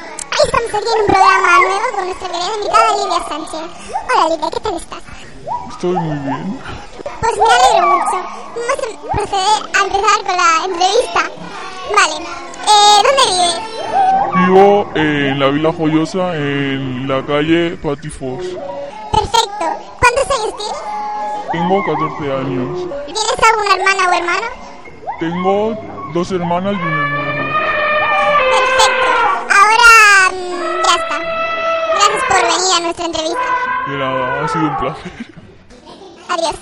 Ahí estamos aquí en un programa nuevo con nuestra querida invitada Lidia Sánchez. Hola Lidia, ¿qué tal estás? Estoy muy bien. Pues me alegro mucho. Vamos a proceder a empezar con la entrevista. Vale, eh, ¿dónde vives? Vivo eh, en la Vila Joyosa, en la calle Patifos. Perfecto. ¿Cuántos años tienes? Tengo 14 años. ¿Tienes alguna hermana o hermano? Tengo dos hermanas y un hermano. Perfecto. Ahora mm, ya está. Gracias por venir a nuestra entrevista. De nada, ha sido un placer. Adiós.